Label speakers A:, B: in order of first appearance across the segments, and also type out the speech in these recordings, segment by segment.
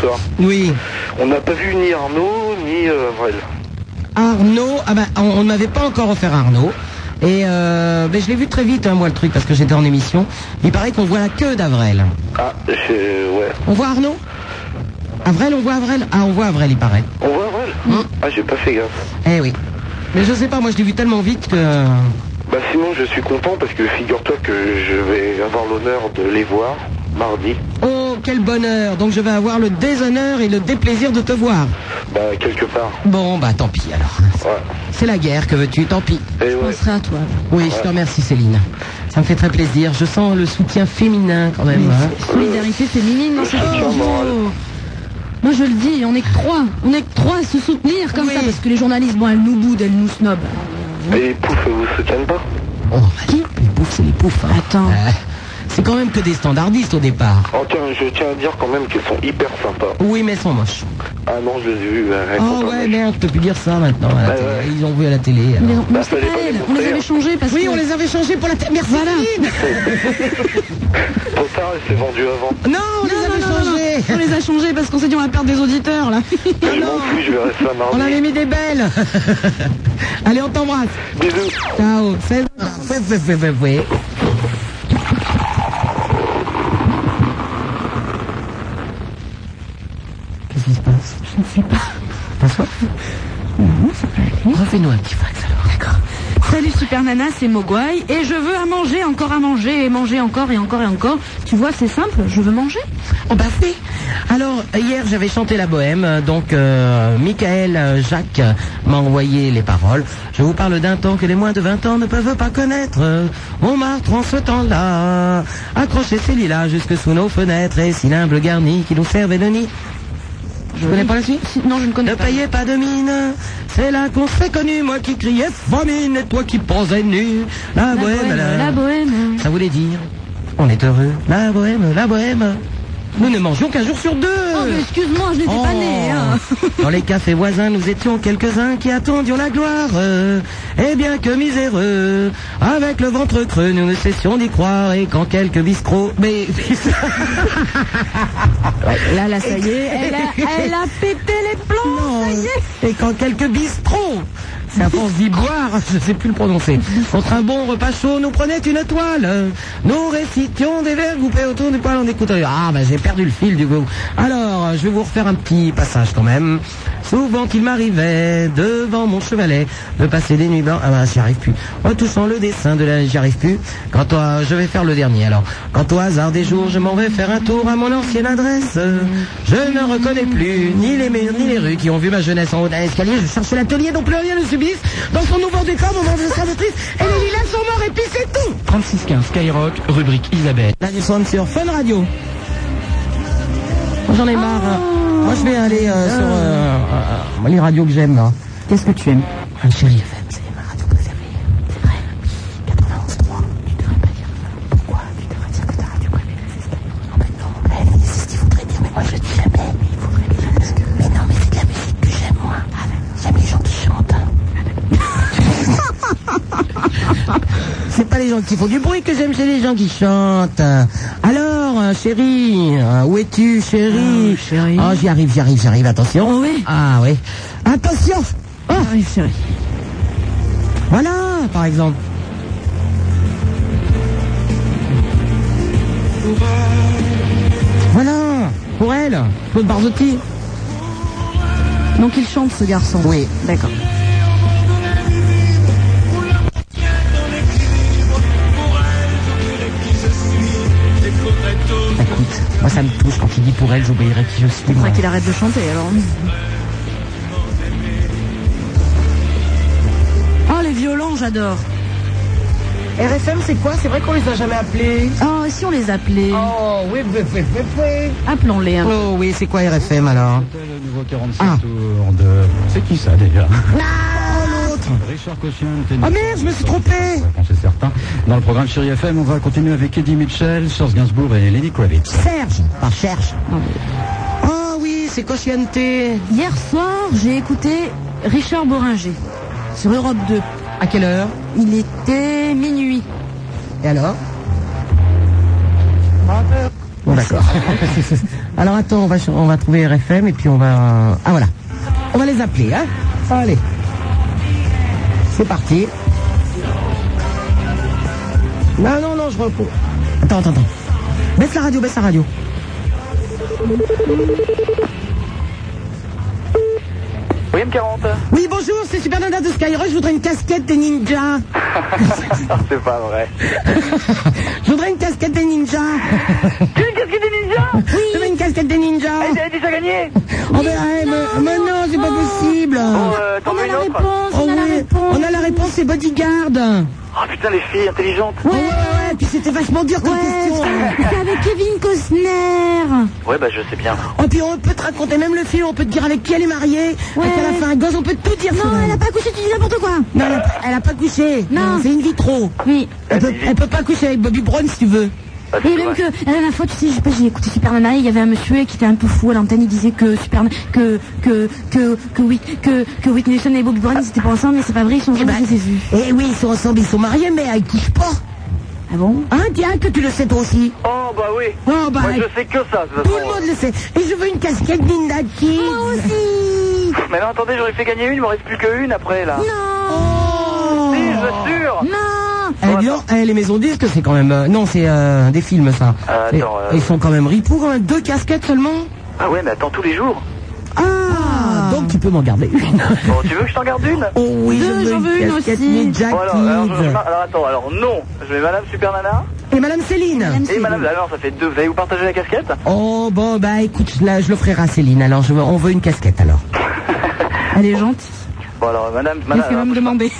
A: soir.
B: Oui.
A: On n'a pas vu ni Arnaud ni euh, Avril.
B: Arnaud, ah ben, on on n'avait pas encore offert Arnaud. Et euh, ben, je l'ai vu très vite, hein, moi, le truc, parce que j'étais en émission. Il paraît qu'on voit la queue d'Avrel.
A: Ah, je- ouais.
B: On voit Arnaud Avrel, on voit Avrel Ah, on voit Avril, il paraît.
A: On voit Avril
B: Hmm.
A: Ah, j'ai pas fait gaffe.
B: Eh oui. Mais je sais pas, moi, je l'ai vu tellement vite que...
A: Bah sinon, je suis content parce que figure-toi que je vais avoir l'honneur de les voir mardi.
B: Oh, quel bonheur Donc je vais avoir le déshonneur et le déplaisir de te voir.
A: Bah, quelque part.
B: Bon, bah tant pis alors.
A: Ouais.
B: C'est la guerre que veux-tu, tant pis.
A: Et ouais.
C: penserai à toi.
B: Oui, je te remercie Céline. Ça me fait très plaisir. Je sens le soutien féminin quand même. hein.
C: Solidarité féminine dans cette
A: soutien
C: émission.
A: moral.
C: Moi je le dis, on est que trois. On est que trois à se soutenir comme
B: Oui.
C: ça parce que les journalistes, bon, elles nous boudent, elles nous snobent.
A: Et pouf, vous soutiennent pas
B: Oh, bah, les poufs, c'est les poufs. hein.
C: Attends.
B: Euh, c'est quand même que des standardistes au départ.
A: Oh tiens, je tiens à dire quand même qu'ils sont hyper sympas.
B: Oui, mais elles sont moches.
A: Ah non, je les ai vus. euh, elles sont
B: Oh
A: pas
B: ouais, Bah,
A: moches.
B: merde, je peux plus dire ça maintenant. à la
A: Ouais,
B: télé.
A: ouais.
B: Ils ont vu à la télé. alors.
C: Mais non,
A: Bah,
C: c'est
A: fallait
C: pas
A: pas les
C: elles. On
A: montrer,
C: les avait
A: hein.
C: changés parce
B: Oui,
C: que.
B: on les avait changés pour la télé. Merci
C: Voilà.
B: Céline.
A: Trop tard, elle s'est vendue avant.
B: Non, on
C: Non,
B: les
C: non,
B: avait
C: non, non, non.
B: changés.
C: On les a changés parce qu'on s'est dit on va perdre des auditeurs là.
A: je m'en fous, je verrai ça
B: On
A: mardi.
B: avait mis des belles. Allez, on t'embrasse.
A: Bisous.
B: Ciao. C'est- c'est- c'est- c'est- c'est- c'est- Qu'est-ce qui se passe Je ne sais pas. T'as soif Refais-nous un petit fax alors. D'accord.
C: Salut Super Nana, c'est Mogwai et je veux à manger, encore à manger et manger encore et encore et encore. Tu vois, c'est simple, je veux manger.
B: Oh bah oui Alors, hier j'avais chanté la bohème, euh, donc euh, Michael euh, Jacques euh, m'a envoyé les paroles. Je vous parle d'un temps que les moins de 20 ans ne peuvent pas connaître. Euh, Montmartre en ce temps-là, accrochait ses lilas jusque sous nos fenêtres et si l'humble garni qui nous servait de nid. Je connais pas la suite
C: Si- Non, je ne connais
B: ne
C: pas.
B: payez pas de mine, c'est là qu'on s'est connu, moi qui criais famine et toi qui pensais nu. La,
C: La
B: bohème,
C: bohème,
B: la-
C: la bohème.
B: ça voulait dire, on est heureux. La bohème, la bohème. Nous ne mangeons qu'un jour sur deux.
C: Oh, mais excuse-moi, je n'étais
B: Oh.
C: pas née. hein.
B: Dans les cafés voisins, nous étions quelques-uns qui attendions la gloire. Euh, Et bien que miséreux, avec le ventre creux, nous ne cessions d'y croire. Et quand quelques biscrocs... Mais...
C: Là, là, ça y est, elle a, elle a pété les plombs, ça y est.
B: Et quand quelques bistrots, c'est à force d'y boire, je sais plus le prononcer, contre un bon repas chaud, nous prenaient une toile. Nous récitions des vers groupés autour du poêle en écoutant. Ah, ben j'ai perdu le fil du coup. Alors, je vais vous refaire un petit passage quand même. Souvent qu'il m'arrivait, devant mon chevalet, de passer des nuits blanches. Ah ben, j'y arrive plus. Retouchant le dessin de la... J'y arrive plus. Quand toi, je vais faire le dernier alors. Quant au hasard des jours, je m'en vais faire un tour à mon ancienne adresse. Je ne reconnais plus ni les murs ni les rues qui ont vu ma jeunesse en haut d'un escalier. Je cherche l'atelier dont plus rien ne subisse. Dans son nouveau décor, mon administratrice et les lilas sont morts et puis c'est tout.
D: 3615 Skyrock, rubrique Isabelle.
B: La descente sur Fun Radio. J'en ai marre. Moi, je vais aller euh, sur euh, euh, les radios que j'aime. là.
C: Qu'est-ce que tu aimes
B: Ah, Chérie FM, c'est ma radio préférée. C'est pas les gens qui font du bruit que j'aime, c'est les gens qui chantent. Alors, euh, chérie, euh, où es-tu, chérie
C: Ah, chérie.
B: Oh, j'y arrive, j'y arrive, j'y arrive, attention.
C: Oh, ouais.
B: Ah oui. Attention
C: Oh, oui, chérie.
B: Voilà, par exemple. Voilà, pour elle, Claude Barzotti.
C: Donc il chante ce garçon.
B: Oui.
C: D'accord.
B: Bah, Écoute, moi ça me touche quand il dit pour elle, j'obéirai qui je suis. moi.
C: Faudrait qu'il arrête de chanter alors. Oh les violons, j'adore.
B: RFM, c'est quoi C'est vrai qu'on les a jamais appelés.
C: Oh, et si on les appelait
B: Oh, oui, oui, oui, oui, oui.
C: Appelons-les. hein. un peu.
B: Oh oui, c'est quoi RFM alors
D: Le nouveau 47
B: Ah.
D: tours de... C'est qui ça déjà
B: Ah, l'autre
D: Richard Cochin, tennis.
B: Ah merde, je me suis trompé
D: Ouais, bon, c'est certain. Dans le programme Chéri FM, on va continuer avec Eddie Mitchell, Charles Gainsbourg et Lenny Kravitz.
B: Serge, par Serge. Oh oui, c'est Cosciente.
C: Hier soir, j'ai écouté Richard Boringer sur Europe 2.
B: À quelle heure
C: Il était minuit.
B: Et alors
D: Bon,
B: D'accord. Alors attends, on va, ch- on va trouver RFM et puis on va... Ah voilà. On va les appeler, hein Allez. C'est parti. Non, non, non, je repose. Attends, attends, attends. Baisse la radio, baisse la radio.
E: William 40
B: Oui, bonjour, c'est Super Nana de Skyrock. Je voudrais une casquette des ninjas.
E: Ah, C'est pas vrai.
B: Je voudrais une casquette des ninjas.
E: Tu veux une casquette des ninjas
B: Je veux une casquette des ninjas.
E: Elle a déjà gagné
B: Oh, mais, eh, mais- mais non, c'est pas possible.
E: Bon, euh, t'en
C: On
E: veux
C: a
E: une
C: la
E: autre
C: réponse,
B: Oh
C: on a la
B: oui,
C: réponse.
B: on a la réponse, c'est Bodyguard.
E: Oh putain, les filles intelligentes
B: Ouais, ouais, ouais, puis c'était vachement dur comme question.
C: Ouais, c'est avec Kevin Costner.
E: Ouais, bah je sais bien.
B: Oh, puis on peut te raconter même le film, on peut te dire avec qui elle est mariée,
C: Ouais.
B: et qu'elle a fait un gosse, on peut tout dire. sur
C: Non, elle a pas couché, tu dis n'importe quoi.
B: Non, elle a pas- elle a pas couché.
C: Non.
B: C'est une vitro.
C: Oui.
B: Elle peut, elle peut pas coucher avec Bobby Brown si tu veux.
E: Bah, c'est
C: Et même
E: vrai.
C: que la dernière fois, tu sais, je sais pas, j'ai écouté Super Nana, et il y avait un monsieur qui était un peu fou à l'antenne, il disait que Super que que que que Whit- que, que Whitney Houston et Bobby Brown ils étaient pas ensemble, mais c'est pas vrai, ils sont jamais
B: ben-
C: s'est vus.
B: Eh oui, ils sont ensemble, ils sont mariés, mais elle couche pas.
C: Ah bon
B: Hein, tiens, que tu le sais toi aussi.
E: Oh bah oui
B: Oh, bah,
E: Moi je sais que ça, de toute
B: tout le
E: façon.
B: monde le sait. Et je veux une casquette Linda Kids. Moi aussi.
E: Mais non, attendez, j'aurais fait gagner une, il m'en reste plus qu'une après là.
B: Oh.
E: Si, je jure
C: Non
B: Eh bien, eh, les maisons disent que c'est quand même... euh, non, c'est euh, des films, ça.
E: Euh,
B: Et-
E: attends, euh,
B: Ils sont quand même ripoux, quand même. Deux casquettes seulement
E: Ah ouais, mais attends, tous les jours
B: Ah, donc tu peux m'en garder une.
E: Bon, tu veux que je t'en garde une
B: Oh oui,
C: Deux,
B: je
C: j'en veux une
B: casquette
C: aussi.
B: Ninja
E: Bon, alors, alors, je-
B: Kids.
E: je- alors, attends, alors non, je mets Madame Super Nana
B: Et Madame Céline
E: et Madame. Alors ça fait deux. Vous allez vous partager la casquette
B: Oh bon, bah écoute, je la- je l'offrirai à Céline, alors je veux- on veut une casquette alors.
C: Elle est gentille,
E: Bon alors Madame
C: elle
E: Madame
C: fait même demander.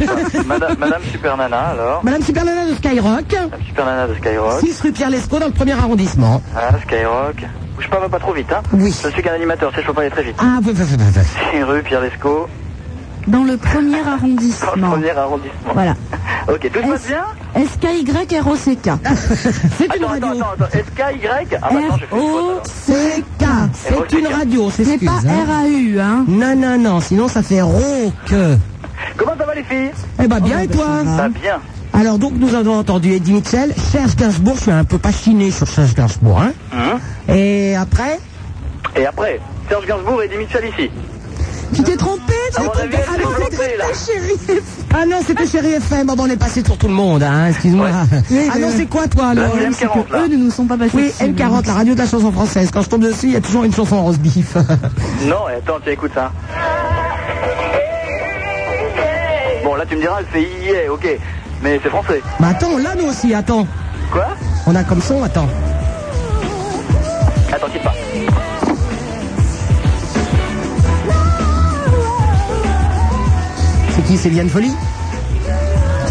E: Madame, Madame Super Nana alors.
B: Madame Supernana de Skyrock,
E: Madame Super Nana de Skyrock.
B: 6 rue Pierre Lescaut dans le premier arrondissement.
E: Ah, Skyrock. Je parle pas trop vite, hein
B: Oui.
E: Je suis qu'un animateur, si je peux pas aller très vite.
B: Ah, oui, oui, oui, oui.
E: C'est Rue Pierre Lescaut,
C: Dans le premier
E: dans le
C: arrondissement.
E: premier arrondissement.
C: Voilà.
E: Ok, tout se passe
C: S-
E: bien
C: S-K-Y-R-O-C-k.
B: c'est une
E: Attends,
B: radio.
E: attends, attends, attends. SKY Ah bah attends, j'ai fait une faute. alors.
C: R-O-C-K.
B: C'est une radio, c'est
C: C'est
B: excuse.
C: pas
B: hein.
C: R-A-U, hein.
B: Non, non, non, sinon ça fait rock.
E: Comment ça va les filles
B: Eh ben bien, et toi
E: Ça va bien.
B: Alors donc nous avons entendu Eddie Mitchell, Serge Gainsbourg, je suis un peu passionné sur Serge Gainsbourg. Hein
E: Hein
B: et après
E: Et après, Serge Gainsbourg et Eddie Mitchell ici.
B: Tu t'es trompé
E: À mon avis, elle s'est plantée là.
B: Ah non, c'était Chéri FM, bon, bon, on est passé pour tout le monde, hein, excuse-moi. Ah non, c'est quoi toi alors
E: La
C: C'est
E: M40
C: que
E: là.
C: eux ne nous sont pas passés.
B: Oui,
C: dessus.
B: M40, la radio de la chanson française. Quand je tombe dessus, il y a toujours une chanson en rose beef.
E: Non, et attends, hein. tiens, écoute ça. Bon, là tu me diras, elle fait yeah, ok. Mais c'est français.
B: Mais Bah attends, là nous aussi, attends.
E: Quoi
B: On a comme son, attends.
E: Attends, quitte pas.
B: C'est qui, c'est Liane Folie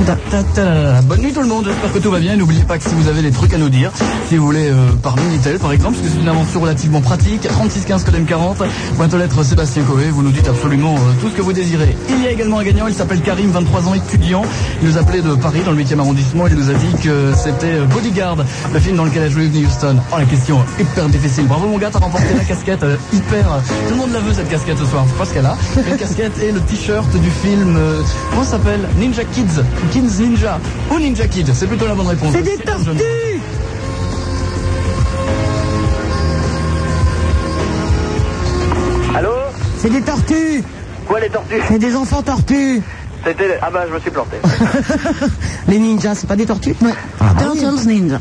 F: Ta- ta- ta- Bonne nuit tout le monde, j'espère que tout va bien. Et N'oubliez pas que si vous avez des trucs à nous dire, si vous voulez euh, par Minitel par exemple, parce que c'est une invention relativement pratique, 3615 codem 40, boîte aux lettres Sébastien Coé, vous nous dites absolument euh, tout ce que vous désirez. Il y a également un gagnant, il s'appelle Karim, 23 ans, étudiant. Il nous appelait de Paris dans le 8e arrondissement, il nous a dit que c'était euh, Bodyguard, le film dans lequel a joué Whitney Houston. Oh la question hyper difficile. Bravo mon gars, t'as remporté la casquette euh, hyper. Tout le monde la veut cette casquette ce soir, je sais pas ce qu'elle a. La casquette et le t-shirt du film, euh, comment ça s'appelle Ninja Kids, Kids Ninja ou Ninja Kid, c'est plutôt la bonne réponse.
B: C'est des
F: la jeune.
B: tortues
E: Allô
B: C'est des tortues
E: Quoi les tortues
B: C'est des enfants tortues
E: C'était. Ah bah je me suis planté.
B: Les ninjas, c'est pas des tortues Ah, bah oui.
C: Turtles Ninja.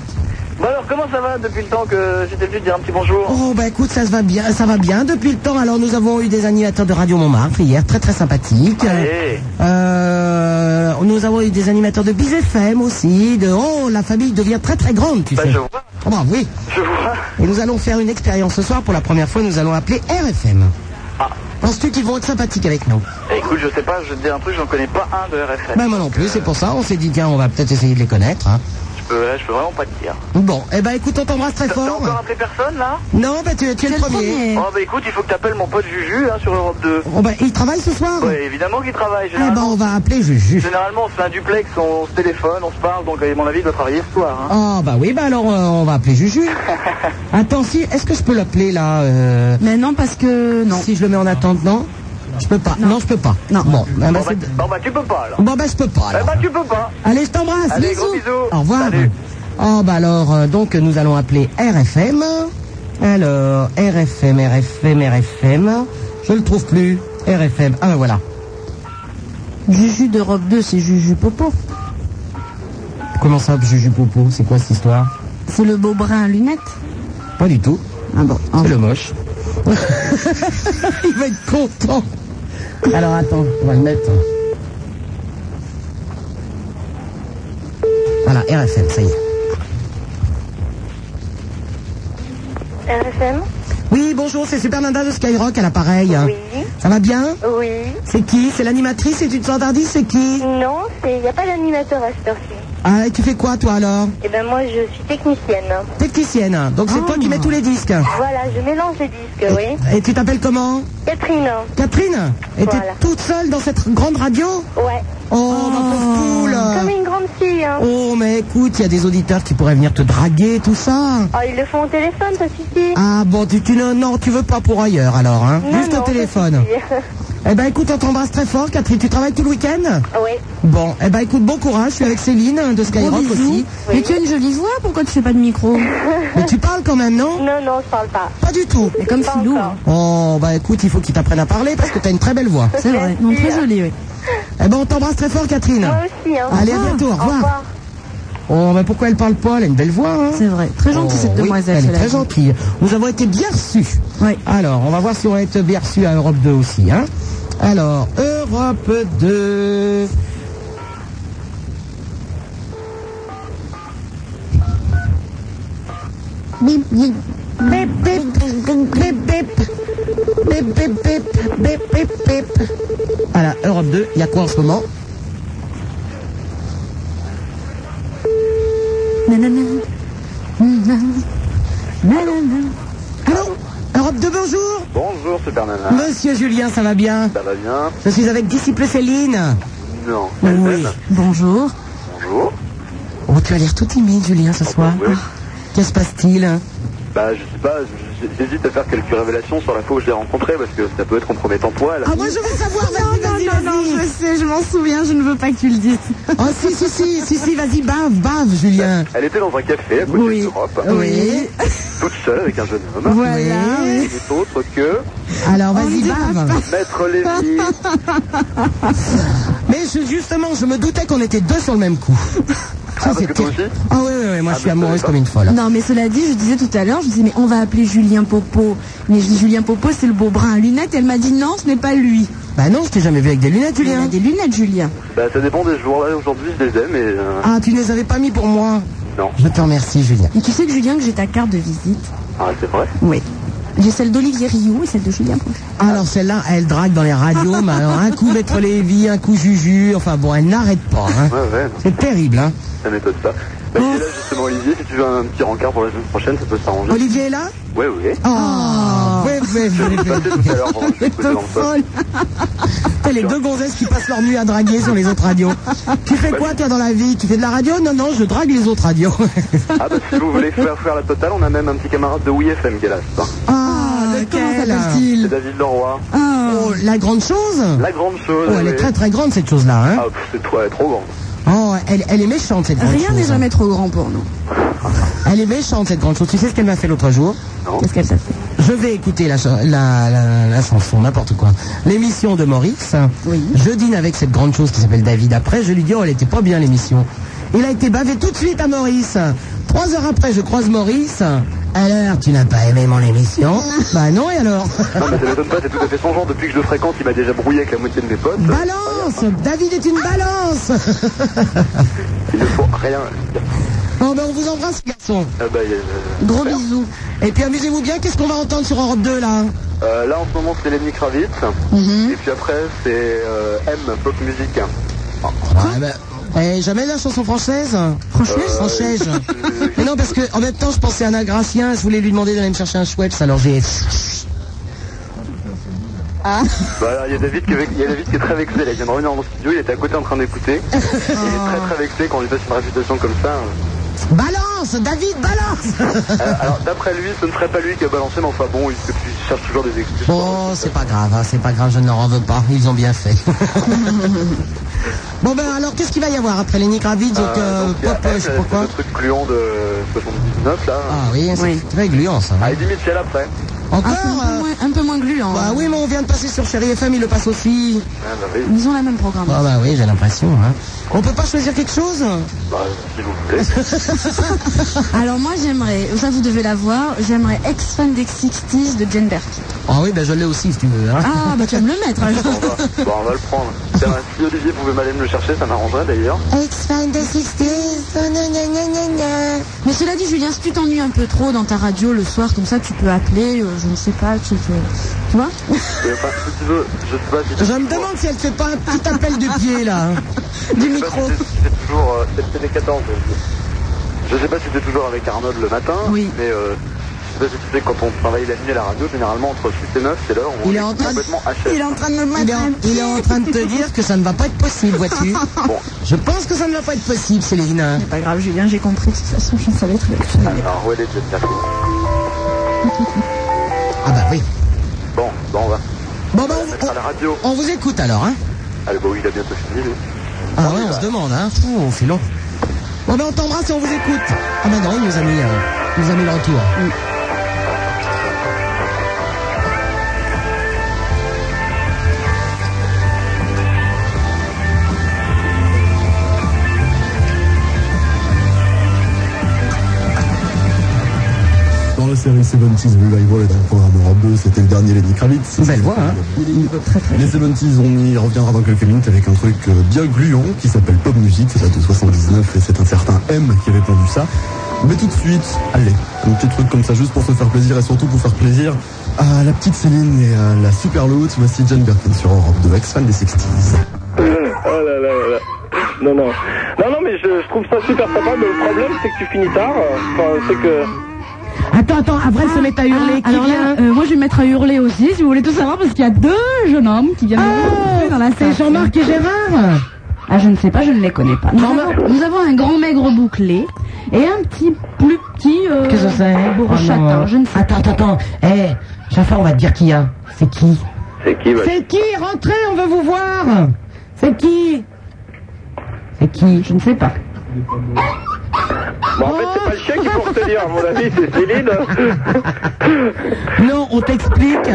E: Bon alors comment ça va depuis le temps que j'étais venu te dire un petit bonjour
B: Oh bah écoute, ça se va bien, ça va bien depuis le temps. Alors nous avons eu des animateurs de Radio Montmartre hier, très très sympathiques.
E: Allez.
B: Euh, nous avons eu des animateurs de Biz FM aussi. De oh, la famille devient très très grande, tu
E: Bah
B: sais.
E: je vois,
B: Oh, bah, oui.
E: je vois.
B: Et nous allons faire une expérience ce soir. Pour la première fois, nous allons appeler RFM.
E: Ah.
B: Penses-tu qu'ils vont être sympathiques avec nous
E: Eh, écoute, je sais pas, je te dis un truc, j'en connais pas un de RFM.
B: Ben moi non plus, c'est pour ça. On s'est dit tiens, on va peut-être essayer de les connaître. hein.
E: Je peux, là, je peux vraiment pas te dire.
B: Bon, eh ben écoute, on t'embrasse très
E: T'as t'as
B: fort.
E: encore appelé personne là
B: Non, ben tu, tu es le premier.
E: Oh bah écoute, il faut que t'appelles mon pote Juju hein, sur Europe 2.
B: Oh, ben, il travaille ce soir
E: Ouais, évidemment qu'il travaille.
B: Eh ben
E: Généralement,
B: on va appeler Juju.
E: généralement, on se fait un duplex, on se téléphone, on se parle, donc à mon avis, il doit travailler ce soir. hein.
B: Ah bah oui, bah alors euh, on va appeler Juju. Attends, si, est-ce que je peux l'appeler là euh,
C: Mais non, parce que non.
B: Si je le mets en attente, non Je peux pas. Non, je peux pas.
C: Non.
B: Bon, bah, bah,
E: Bon, bah,
B: c'est-
E: bon, bah, tu peux pas alors.
B: bon bah je peux pas.
E: Eh
B: alors.
E: bah tu peux pas.
B: Allez, je t'embrasse.
E: Allez, gros bisous.
B: Au revoir.
E: Salut.
B: Oh bah alors, euh, donc nous allons appeler RFM. Alors, RFM, RFM, RFM. Je le trouve plus. RFM. Ah ben voilà.
C: Juju d'Europe 2, c'est Juju Popo.
B: Comment ça, Juju Popo C'est quoi cette histoire
C: C'est le beau brun à lunettes.
B: Pas du tout.
C: Ah bon, ah
B: C'est le moche. Il va être content. Alors attends, on va le mettre. Voilà, RFM, ça y est.
G: RFM
B: Oui, bonjour, c'est Super Nanda de Skyrock à l'appareil.
G: Oui.
B: Ça va bien
G: Oui.
B: C'est qui C'est l'animatrice et tu te sens tardive, c'est qui
G: Non, il n'y a pas d'animateur à cette heure-ci.
B: Ah, et tu fais quoi toi alors
G: Et ben moi, je suis technicienne.
B: Technicienne, donc c'est toi qui
G: Ah.
B: mets tous les disques.
G: Voilà, je mélange les disques, oui.
B: Et tu t'appelles comment
G: Catherine
B: Catherine Et
G: Voilà.
B: t'es toute seule dans cette grande radio
G: Ouais.
B: Oh, ma pauvre poule
G: Ah. Comme une grande fille, hein.
B: Oh, mais écoute, il y a des auditeurs qui pourraient venir te draguer, tout ça.
G: Oh, ils le font au téléphone, ça suffit.
B: Ah bon, tu, tu ne- non, tu veux pas pour ailleurs alors, hein
G: Non,
B: Juste
G: non,
B: au
G: ça
B: téléphone.
G: suffit.
B: Eh ben écoute, on t'embrasse très fort, Catherine. Tu travailles tout le week-end
G: oui.
B: Bon, eh ben écoute, bon courage. Je suis avec Céline hein, de
C: Gros
B: Skyrock
C: bisous.
B: aussi.
C: Mais tu as une jolie voix, pourquoi tu fais pas de micro
B: Mais tu parles quand même, non
G: Non, non, je parle pas.
B: Pas du tout.
C: Mais comme filou, hein.
B: Oh, bah écoute, il faut qu'il t'apprenne à parler parce que t'as une très belle voix.
C: c'est vrai. Non, très jolie, oui.
B: Eh ben on t'embrasse très fort, Catherine.
G: Moi aussi, hein.
B: Ah. Allez, à bientôt, au
G: Au
B: revoir.
G: revoir.
B: Oh, mais pourquoi elle parle pas Elle a une belle voix, hein
C: C'est vrai. Très gentille
B: Oh,
C: cette
B: oui,
C: demoiselle,
B: elle est
C: cela
B: très
C: dit.
B: gentille. Nous avons été bien reçus.
C: Oui.
B: Alors, on va voir si on va être bien reçus à Europe 2 aussi. Hein Alors, Europe 2. Bip, bip, bip, bip, bip, bip, bip, bip, bip, bip, bip, bip. Voilà, Europe 2, il y a quoi en ce moment
C: Nanana. Nanana. Nanana.
B: Allô Europe 2, bonjour
A: Bonjour Super Nana.
B: Monsieur Julien, ça va bien
A: Ça va bien
B: Je suis avec Disciple Céline.
A: Non.
B: Oui.
C: Bonjour.
A: Bonjour.
B: Oh, tu as l'air tout timide, Julien, ce soir.
A: oui.
B: Qu'est-ce qui se passe-t-il
A: Bah je sais pas, j- j'hésite à faire quelques révélations sur la fois où je l'ai rencontrée parce que ça peut être compromettant pour elle.
B: Ah, moi, je veux savoir, vas-y,
C: Non,
B: vas-y,
C: non, non, je
B: vas-y.
C: sais, je m'en souviens, je ne veux pas que tu le dises.
B: Oh, si, si, si, si, si, vas-y, bave, bave, Julien.
A: Elle était dans un café à côté
B: Ah. Oui. Ah
A: d'Europe,
B: Oui,
A: toute seule avec un jeune homme.
B: voilà.
A: Qui n'est autre que
B: Alors, vas-y, bave.
A: Maître Lévy.
B: Ah. Mais je- justement, je me doutais qu'on était deux sur le même coup. Ça,
A: Ah, parce que toi aussi
B: Ah, oui, oui, oui, moi, je suis
A: mais je
B: amoureuse
A: savais
B: comme une folle.
C: Non, mais cela dit, je disais tout à l'heure, je disais, mais on va appeler Julien Popo. Mais je dis, Julien Popo, c'est le beau brun à lunettes. Elle m'a dit, non, ce n'est pas lui.
B: Bah, non, je t'ai jamais vu avec des lunettes,
C: Il a
B: Julien.
C: des lunettes, Julien.
A: Bah ça dépend des jours là, aujourd'hui je les aime et euh,
B: Ah, tu ne les avais pas mis pour moi.
A: non.
B: Je te remercie, Julien.
C: Et tu sais que Julien, que j'ai ta carte de visite.
A: Ah c'est vrai.
C: Oui. J'ai celle d'Olivier Rioux et celle de Julien Popo.
B: Alors, celle-là, elle drague dans les radios, mais alors, un coup, Maître Lévy, un coup, Juju. Enfin, bon, elle n'arrête pas, hein.
A: Ouais ouais,
B: C'est terrible, hein.
A: ça m'étonne pas. Bah il est là justement Olivier, si tu veux un petit rencard pour la semaine prochaine, ça peut s'arranger.
B: Olivier est là
A: Ouais ouais. Ah.
B: Oh, ouais, ouais, ouais, ouais.
A: Passez tout à l'heure pendant que je suis posé dans le sol.
B: T'as les deux gonzesses qui passent leur nuit à draguer sur les autres radios. Tu fais quoi, toi, dans la vie Tu fais de la radio Non, non, je drague les autres radios.
A: Ah bah si vous voulez faire, faire la totale, on a même un petit camarade de WeFM qui est là. c'est ça.
B: Ah, lequel
A: C'est David Leroy.
C: Ah.
B: Oh, la grande chose
A: La grande chose.
B: Oh, elle est
A: oui.
B: très très grande, cette chose-là. Hein
A: Ah pff, c'est trop, elle est trop grande.
B: oh, elle, elle est méchante, cette grande
C: Ah. Rien
B: chose. hein.
C: n'est jamais trop grand pour nous.
B: Elle est méchante, cette grande chose. Tu sais ce qu'elle m'a fait l'autre jour
C: Qu'est-ce qu'elle t'a fait
B: Je vais écouter la, cha- la, la- la chanson, n'importe quoi. L'émission de Maurice.
C: Oui.
B: Je dîne avec cette grande chose qui s'appelle David. Après, je lui dis, oh, elle était pas bien l'émission. Il a été bavé tout de suite à Maurice. Trois heures après, je croise Maurice. Alors, tu n'as pas aimé mon émission Bah non, et alors
A: Non mais ça m'étonne pas, c'est tout à fait son genre. Depuis que je le fréquente, il m'a déjà brouillé avec la moitié de mes potes.
B: Balance David est une balance
A: Il ne faut rien. dire.
B: Bon, ben on vous embrasse, garçon.
A: Ah bah, euh,
B: Gros bisous. Et puis amusez-vous bien, qu'est-ce qu'on va entendre sur Europe 2, là
A: euh, là en ce moment c'est Lenny Kravitz.
B: Mhm.
A: Et puis après c'est euh, M, pop music.
B: Ah, ben, eh, jamais la chanson française Française
H: Euh,
B: Française Mais non, parce que en même temps, je pensais à un agrafien, je voulais lui demander d'aller me chercher un chouette, alors j'ai...
E: Bah,
A: Voilà, il y a David qui est, vex- il y a David qui est très vexé. Là, il vient de revenir dans le studio, il était à côté en train d'écouter. Il est très très vexé quand on lui passe une réputation comme ça.
B: Balance
H: balance, David, balance
E: Euh, hein. alors, d'après lui, ce ne serait pas lui qui a balancé, mais enfin bon, il se- il cherche toujours des excuses.
H: Bon, c'est pas grave, hein, c'est pas grave, je ne leur en veux pas, ils ont bien fait. bon ben alors, qu'est-ce qu'il va y avoir après les Nigravides
E: Euh,
H: Donc, euh,
E: donc, il y a
H: pop, euh,
E: F,
H: je sais
E: euh,
H: pas
E: c'est
H: quoi.
E: le truc gluant de 79, là.
H: Ah oui, c'est très gluant ça.
E: Ah, et Dimitri, elle, après.
H: Encore
C: Ah,
I: Un peu,
H: euh,
I: moins, un peu moins gluant. hein.
H: Bah oui, mais on vient de passer sur Chéri FM, il le passe aussi.
E: Ah, bah oui,
I: Ils ont la même programme.
H: Ah bah oui, j'ai l'impression. Hein. On peut pas choisir quelque chose
E: bah, si vous voulez.
I: Alors moi j'aimerais, ça vous devez l'avoir, j'aimerais Ex-Fan des 60s de Jane Berk.
H: Ah oui, ben je l'ai aussi si tu veux. hein.
I: Ah bah tu vas me le mettre alors.
E: Bon, on va, bon, on va le prendre. Tiens, si Olivier pouvait m'aller me le chercher, ça m'arrangerait d'ailleurs.
H: Ex-fan des 60s, oh, gna, gna, gna, gna, gna.
I: Mais cela dit Julien, si tu t'ennuies un peu trop dans ta radio le soir, comme ça tu peux appeler, euh, je ne sais pas, tu, tu- tu vois
E: Et enfin, si tu veux, je sais pas si
H: Je me demande si elle fait pas un petit appel du pied là. hein.
I: Du
E: Je sais pas
I: micro.
E: si t'es- t'es toujours. euh, c'est- C'était 14. Je je sais pas si t'es toujours avec Arnold le matin,
I: Oui.
E: mais euh, je sais pas si tu sais, quand on travaille la nuit à la radio, généralement entre 6 et 9, c'est l'heure où
H: Il est
E: on
H: en
E: est
H: train de-
E: complètement
I: Il est
E: HF.
I: en train de me
H: Il
I: mettre
H: est, en,
I: un
H: il
I: pied.
H: est en train de te dire que ça ne va pas être possible, vois-tu
E: Bon.
H: Je pense que ça ne va pas être possible, Céline. hein.
I: C'est pas grave Julien, j'ai compris, de toute façon je savais très bien.
E: Alors, où elle est cette personne
H: Ah bah oui.
E: Bon, bon, on va
H: Bon bah
E: on va la
H: on-
E: mettre à la radio.
H: on, on vous écoute alors, hein
E: Ah, bah oui, il a bientôt fini, lui.
H: Ah ouais, on se demande, hein Fou, on fait long. Bon ben on t'embrasse et on vous écoute. Ah bah non, il nous a mis, euh, il nous a mis le retour.
J: Dans la série 70s Revival et dans le programme Europe 2, c'était le dernier Lenny Kravitz.
H: Belle voix, hein.
J: Les 70s, on y reviendra dans quelques minutes avec un truc euh, bien gluant qui s'appelle Pop Music, ça date de 79 et c'est un certain M qui avait pondu ça. Mais tout de suite, allez, un petit truc comme ça juste pour se faire plaisir et surtout pour faire plaisir à la petite Céline et à Euh, la super Loot, voici John Birkin sur Europe 2, ex-fan des 60s.
A: Oh là là là là. Non, non. Non, non, mais je, je trouve ça super sympa, mais le problème, c'est que tu finis tard. Enfin, c'est que.
B: Attends, attends, après se mettre à hurler, qui
K: Alors là,
B: vient
K: euh, moi je vais me mettre à hurler aussi, si vous voulez tout savoir, parce qu'il y a deux jeunes hommes qui viennent de me retrouver dans la
B: Ah, C'est
K: salle.
B: Jean-Marc et Gérard
K: Ah, je ne sais pas, je ne les connais pas. Nous, avons, nous avons un grand maigre bouclé et un petit plus petit. euh,
B: Qu'est-ce que c'est
K: bourre
B: Oh non.
K: châtain, je ne sais
H: Attends, attends, attends. Eh, Jafar, on va te dire qui, hein C'est qui
E: C'est qui, bah
B: C'est qui Rentrez, on veut vous voir C'est qui
H: C'est qui
K: Je ne sais pas.
A: Bon, en fait, c'est pas le chien qu'il faut retenir, à mon avis, c'est Céline.
B: Non, on t'explique.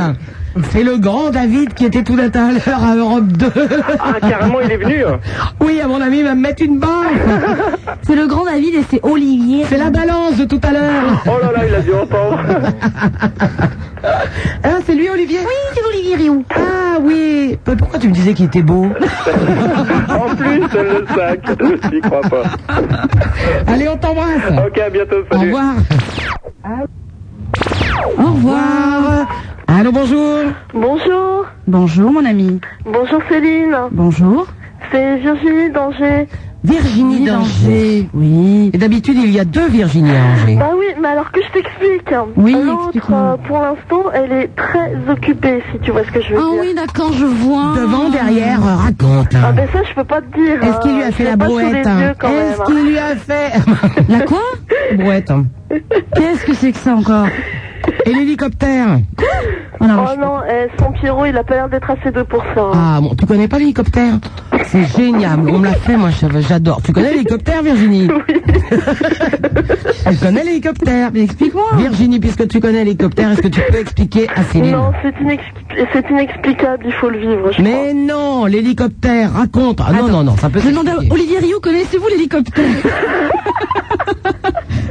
B: C'est le grand David qui était tout à l'heure à Europe 2.
A: Ah, carrément, il est venu.
B: Oui, à mon avis, il va me mettre une barre.
C: C'est le grand David et c'est Olivier.
B: C'est la balance de tout à l'heure.
A: Oh là là, il a dû entendre.
B: Ah, c'est lui, Olivier
C: Oui, c'est Olivier Rioux.
B: Ah oui. Mais Pourquoi tu me disais qu'il était beau
A: En plus, le sac. Je n'y crois pas.
B: Allez, on t'embrasse.
A: Ok, à bientôt,
B: Au
A: salut.
B: revoir.
K: Au revoir.
B: Allô, bonjour.
G: Bonjour.
K: Bonjour mon ami.
G: Bonjour Céline.
K: Bonjour.
G: C'est Virginie Danger.
B: Virginie d'Angers.
K: Oui.
B: Et d'habitude, il y a deux Virginie à Angers.
G: Bah oui, mais alors que je t'explique. hein.
K: Oui,
G: L'autre,
K: explique-moi.
G: euh, pour l'instant, elle est très occupée, si tu vois ce que je veux
K: Ah
G: dire.
K: oui, d'accord, je
C: Oh.
K: vois.
B: Devant, derrière, raconte.
G: Ah ben ça, je peux pas te dire.
B: Est-ce qu'il lui
G: euh,
B: a fait
G: je
B: la
G: l'ai pas sous les
B: brouette hein
G: yeux, quand même. hein.
B: Est-ce qu'il lui a fait
K: La quoi
B: brouette
K: Qu'est-ce que c'est que ça encore
B: Et l'hélicoptère
K: Oh non,
G: Oh non, eh, son Pierrot, il a pas l'air d'être assez deux pour ça. hein.
B: Ah bon, tu connais pas l'hélicoptère C'est génial, on me l'a fait moi, je- j'adore. Tu connais l'hélicoptère Virginie Elle connaît l'hélicoptère.
K: mais explique-moi.
B: Virginie, puisque tu connais l'hélicoptère, est-ce que tu peux expliquer à Céline
G: Non, c'est inexpli- c'est inexplicable, il faut le vivre, je crois.
B: Mais non, l'hélicoptère, raconte. Ah, non, non, non, ça peut
K: Je demande à
B: s'expliquer.
K: Olivier Rio, connaissez-vous l'hélicoptère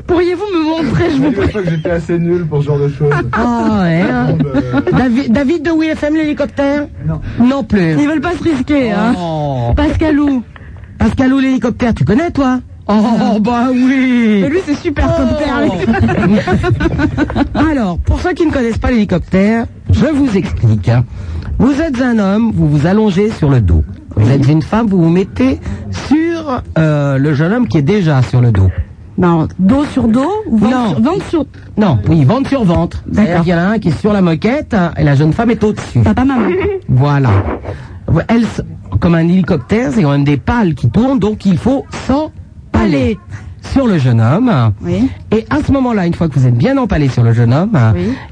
K: Pourriez-vous me montrer, je vous prie
J: que j'étais assez nul pour ce genre de choses.
B: Ah ouais, hein.
J: euh,
B: David, David de WFM, l'hélicoptère Non. Non plus.
K: Ils veulent pas se risquer, hein
B: Oh.
K: Pascalou.
B: Pascal ou l'hélicoptère, tu connais toi Oh bah oui Oh.
K: Mais lui, c'est super coptère. avec-
B: Alors, pour ceux qui ne connaissent pas l'hélicoptère, je vous explique. hein. Vous êtes un homme, vous vous allongez sur le dos. Vous êtes une femme, vous vous mettez sur euh, le jeune homme qui est déjà sur le dos.
K: Non, dos sur dos ou ventre
B: Non.
K: sur- ventre sur...
B: Non, oui, ventre sur ventre.
K: D'accord.
B: C'est-à-dire qu'il y en a un qui est sur la moquette hein, et la jeune femme est au-dessus.
K: Papa, maman.
B: Voilà. Elle, s- comme un hélicoptère, c'est quand même des pales qui tournent, donc il faut s'en
K: Allez
B: sur le jeune homme. Et à ce moment-là, une fois que vous êtes bien empalé sur le jeune homme,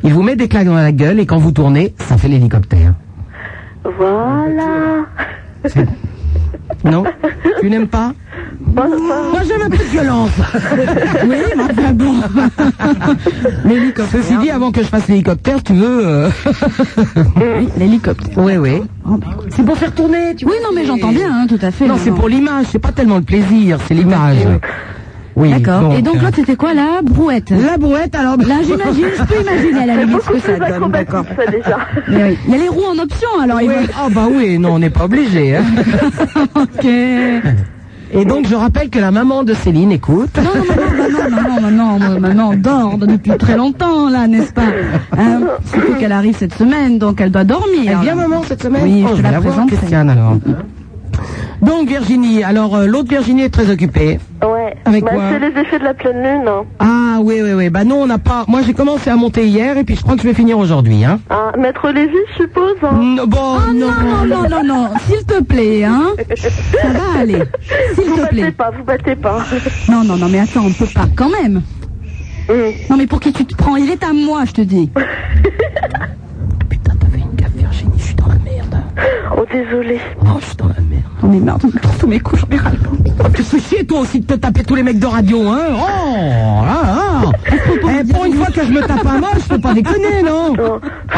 B: il vous met des claques dans la gueule et quand vous tournez, ça fait l'hélicoptère.
G: Voilà.
B: Non Tu n'aimes pas Moi, j'aime un peu de violence. oui, mais enfin bon. L'hélicoptère. Ceci dit, avant que je fasse l'hélicoptère, si tu veux. euh,
K: l'hélicoptère.
B: Oui, oui. C'est pour faire tourner, tu
K: Oui, non, mais j'entends bien, hein, tout à fait.
B: Non, c'est pour l'image, c'est pas tellement le plaisir, c'est l'image. Oui,
K: D'accord. Et donc
B: hein.
K: l'autre, c'était quoi la brouette
B: La brouette, alors. bah,
K: Là, Ah, j'imagine, je peux imaginer à la limite ce que ça
G: Oh,
K: donne.
G: bah,
K: D'accord. Mais oui. Il y a les roues en option, alors.
B: Oui. Ah bah oui, non, on n'est pas obligé. hein. Et donc je rappelle que la maman de Céline écoute.
K: Non, non, non, non, maintenant, maintenant, maintenant, dort depuis très longtemps, là, n'est-ce pas Hein Surtout qu'elle arrive cette semaine, donc elle doit dormir.
B: Elle vient, maman, cette semaine
K: Oui,
B: Oh,
K: je te
B: vais
K: la
B: voir,
K: présente.
B: Christiane, alors. Donc Virginie, alors euh, l'autre Virginie est très occupée.
G: Ouais.
B: Avec
G: bah,
B: quoi
G: c'est les effets de la pleine lune. hein.
B: Ah oui, oui, oui. Bah non, on n'a pas. Moi j'ai commencé à monter hier et puis je crois que je vais finir aujourd'hui. Hein.
G: Ah, Maître Lévy, je suppose. hein.
B: Non, bon,
K: non, Ah, non, non, non, non, s'il te plaît, hein. Ça va aller, s'il te plaît. Vous battez
G: pas, vous battez pas.
K: Non, non, non, mais attends, on peut pas quand même. Non, mais pour qui tu te prends Il est à moi, je te dis.
G: Oh, désolé.
B: Oh, je suis dans la merde.
K: On est marre de me prendre tous mes coups, j'en ai ras le bol.
B: Tu fais chier toi aussi de te taper tous les mecs de radio, hein Oh là là Eh, Pour une fois que je me tape un moche, faut pas déconner, non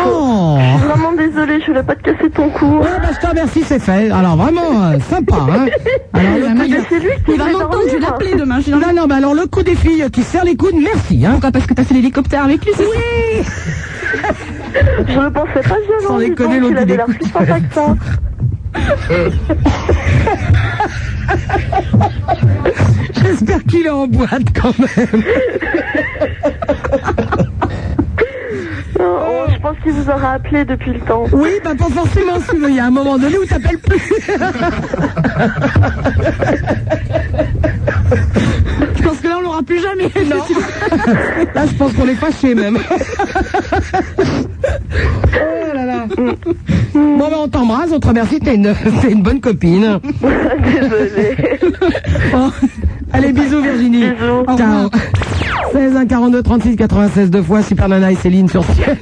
B: Oh
G: Je suis vraiment désolée, je voulais pas te casser ton cou.
B: Ouais, bah je te remercie, c'est fait. Alors vraiment, euh, sympa, hein Alors, le coup des-
G: C'est lui qui
K: Il va
G: fait
K: m'entendre, je vais
G: dormir.
K: l'appeler demain. Je suis dans la-
B: Non, non, bah alors le coup des filles qui serrent les coudes, merci, hein
K: Pourquoi Parce que t'as fait l'hélicoptère avec lui, c'est ça
B: Oui
G: Je ne pensais pas violent.
B: Sans
G: dis
B: déconner,
G: donc,
B: l'autre,
G: Il
B: il
G: avait l'air hein.
B: écoute.
G: plus sympa que ça.
B: J'espère qu'il est en boîte quand même
G: Non, oh, je pense qu'il vous aura appelé depuis le temps.
B: Oui, bah pas forcément, si tu veux, il y a un moment donné où t'appelles plus
K: Je pense que là, on l'aura plus jamais.
B: Non Là, je pense qu'on est fâchés même Oh là là Bon, bah on t'embrasse, on te remercie, t'es une, t'es une bonne copine
G: Désolée.
B: Oh. Allez, bisous Virginie.
G: Bisous.
B: Ciao. 16 1 42 36 96 deux fois Super Nana et Céline sur ciel.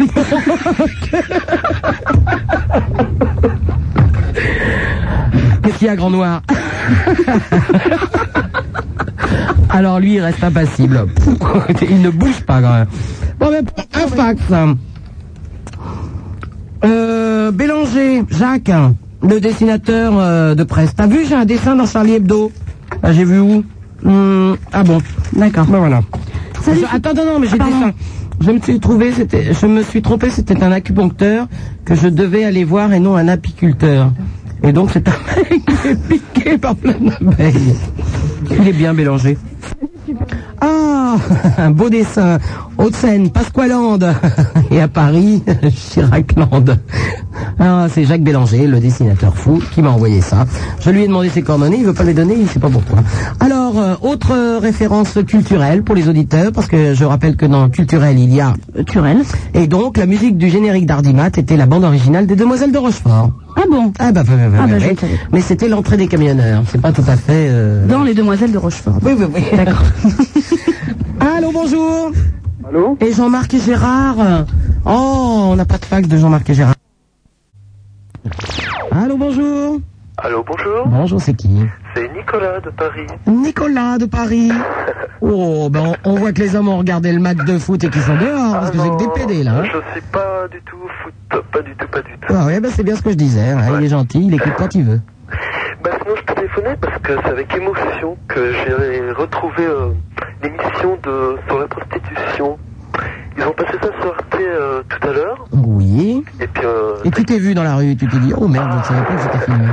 B: Qu'est-ce qu'il y a grand noir Alors lui il reste impassible. Il ne bouge pas quand même. Bon mais un fax. Euh, Bélanger, Jacques, le dessinateur euh, de presse. T'as vu, j'ai un dessin dans Charlie Hebdo. Ah, j'ai vu où Hum, Ah bon, d'accord. Ben voilà. Je- attends, non, non, mais j'ai
K: Ah, pardon.
B: dessin. Je me suis trouvé, c'était, je me suis trompé, c'était un acupuncteur que je devais aller voir et non un apiculteur. Et donc c'est un mec qui est piqué par plein d'abeilles. Il est bien mélangé. Ah, un beau dessin. Haute-Seine, Pasqualande. Et à Paris, Chiraclande. Ah, c'est Jacques Bélanger, le dessinateur fou, qui m'a envoyé ça. Je lui ai demandé ses coordonnées, il veut pas les donner, il sait pas pourquoi. Alors, euh, autre euh, référence culturelle pour les auditeurs, parce que je rappelle que dans culturel, il y a Euh, Turel. Et donc, la musique du générique d'Ardimat était la bande originale des Demoiselles de Rochefort.
K: Ah bon
B: Ah bah, bah, bah, bah,
K: Ah bah,
B: bah,
K: je
B: oui.
K: le savais pas.
B: mais c'était l'entrée des camionneurs, c'est pas tout à fait... euh,
K: Dans les demoiselles de Rochefort.
B: oui, oui, oui. D'accord. Allô, bonjour.
E: Allô
B: Et Jean-Marc et Gérard. Oh, on n'a pas de fax de Jean-Marc et Gérard. Allô, bonjour.
E: Allô, bonjour.
B: Bonjour, c'est qui
E: C'est Nicolas de Paris.
B: Nicolas de Paris. Oh, ben on, on voit que les hommes ont regardé le match de foot et qu'ils sont dehors, parce que c'est que des PD là. hein.
E: Je suis pas du tout foot, pas du tout, pas du tout.
B: Ah ouais, ben c'est bien ce que je disais. hein. Il est gentil, il écoute quand il veut.
E: Bah sinon je téléphonais parce que c'est avec émotion que j'ai retrouvé euh, l'émission de sur la prostitution. Ils ont passé ça sur Arte euh, tout à l'heure
B: Oui.
E: et puis euh,
B: Et tu t'es vu dans la rue, tu t'es dit, oh merde, je ne savais pas que c'était filmé.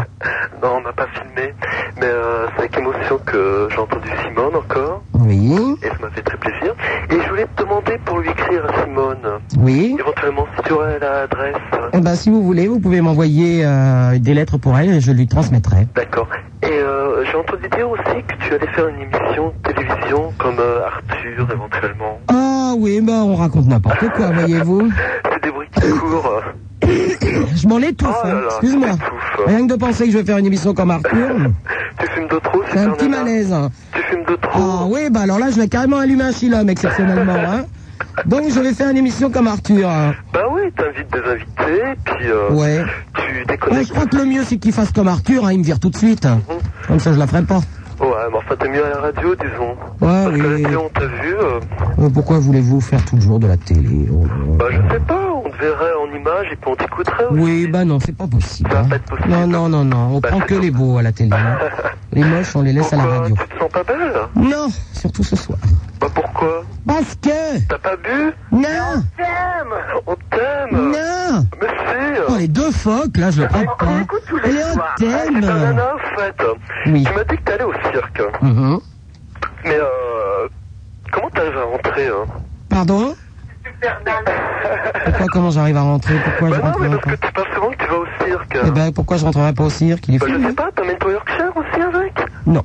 E: non on n'a pas filmé mais euh, c'est avec émotion que j'ai entendu Simone encore
B: Oui,
E: et ça m'a fait très plaisir et je voulais te demander pour lui écrire à Simone
B: oui.
E: éventuellement si tu aurais l'adresse
B: Eh ben, si vous voulez, vous pouvez m'envoyer euh, des lettres pour elle et je lui transmettrai.
E: d'accord et euh, j'ai entendu dire aussi que tu allais faire une émission de télévision comme euh, Arthur éventuellement
B: Ah oui, bah on raconte n'importe quoi, voyez-vous.
E: c'est des bruits
B: Euh.
E: qui courent
B: Je m'en étouffe,
E: Oh là
B: hein,
E: là,
B: excuse-moi.
E: tu t'étouffes.
B: Rien que de penser que je vais faire une émission comme Arthur,
E: Tu fumes de trop,
B: c'est un
E: Super
B: petit
E: Nana
B: malaise. hein.
E: Tu fumes de trop.
B: Oh oui, bah alors là, je vais carrément allumer un chilom exceptionnellement. Hein. Donc, je vais faire une émission comme Arthur. hein.
E: Bah oui, t'invites des invités, puis euh,
B: Ouais.
E: tu
B: Ouais,
E: déconnectes.
B: je crois que le mieux, c'est qu'il fasse comme Arthur, hein, il me vire tout de suite. Comme ça, je la ferai pas.
E: Ouais, mais enfin, t'es mieux à la radio, disons.
B: Ouais,
E: Parce que la
B: oui.
E: télé, on t'a vu. euh,
B: Euh, Pourquoi voulez-vous faire tout le jour de la télé Oh là là.
E: bah, je sais pas, on te verrait en image et puis on t'écouterait.
B: Oui, bah non, c'est pas possible. hein. Non, non, non, non,
E: Bah,
B: on prend que les beaux à la télé. hein. Les moches, on les laisse à la radio.
E: Tu te sens pas belle
B: Non, surtout ce soir.
E: Bah, pourquoi
B: Parce que...
E: T'as pas bu
B: Non
E: On t'aime On t'aime
B: Ah. Non
E: Mais si
B: Oh, les deux phoques, là, je le
E: On-
B: hante
E: On
B: pas.
E: écoute tous
B: Et
E: les
B: on
E: soirs. Ah,
B: t'aime.
E: c'est ta nana, en fait. Tu m'as dit que t'allais au cirque.
B: Mhm.
E: Mais euh, comment t'arrives à rentrer hein Bah,
B: Pardon Pourquoi, comment j'arrive à rentrer Pourquoi je rentrerai pas
E: C'est pas souvent que tu vas au cirque.
B: Eh ben, pourquoi je rentrerai pas au cirque Il est
E: Bah,
B: fou.
E: je sais pas, t'emmènes ton Yorkshire aussi avec
B: Non.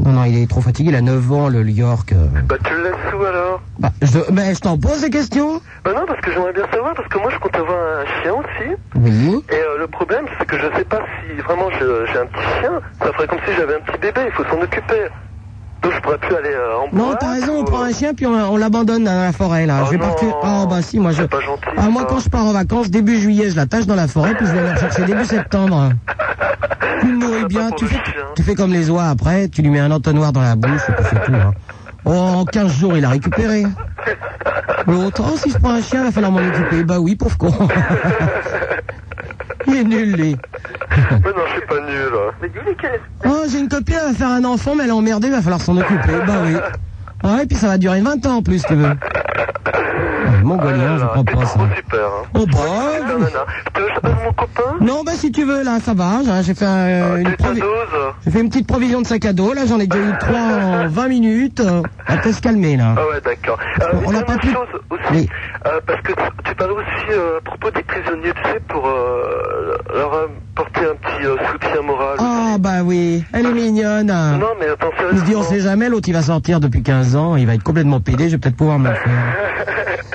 B: Non, non, il est trop fatigué, il a 9 ans, le York. euh.
E: Bah, tu le laisses où alors
B: Bah, je, mais je t'en pose des questions
E: Bah, non, parce que j'aimerais bien savoir, parce que moi je compte avoir un chien aussi.
B: Oui.
E: Et euh, le problème, c'est que je sais pas si vraiment je- j'ai un petit chien. Ça ferait comme si j'avais un petit bébé, il faut s'en occuper. Donc, je pourrais plus aller euh, en
B: Non, t'as raison, on prend un chien puis on, on l'abandonne dans la forêt là. je vais partir. Oh bah si, moi je. Ah, moi quand je pars en vacances, début juillet, je l'attache dans la forêt puis je vais aller le chercher début septembre. Tu le nourris bien, tu fais, tu fais comme les oies après, tu lui mets un entonnoir dans la bouche et puis c'est tout. hein. Oh, en 15 jours, il a récupéré. L'autre, oh, si je prends un chien, il va falloir m'en occuper. Bah oui, pauvre con. il est nul, lui.
E: Mais non, je suis pas nul. hein. Mais dis-lui qu'elle
B: Oh, j'ai une copine, elle va faire un enfant, mais elle est emmerdée, il va falloir s'en occuper. Bah oui. Ouais, puis ça va durer 20 ans en plus, tu veux. Ouais, Mongolien, je prends pas ça.
E: super. hein.
B: Oh bah.
E: Non, non, non. Tu veux que je passe mon copain
B: Non, bah si tu veux, là, ça va. j'ai- J'ai fait, euh, une, provi- j'ai fait une petite provision de sac à dos. Là, j'en ai déjà eu 3 en 20 minutes. Euh, On va peut se calmer, là.
E: Ah ouais, d'accord. Euh,
B: On n'a pas pu... Oui.
E: Euh, parce que tu- tu parlais aussi euh, à propos des prisonniers, tu sais, pour euh, leur apporter un petit euh, soutien moral.
B: Oh, bah oui. Elle est mignonne. hein.
E: Non, mais attends,
B: Il se dit, on sait jamais, l'autre, il va sortir depuis 15 ans. Il va être complètement pédé. Je vais peut-être pouvoir me le faire.
E: non, non,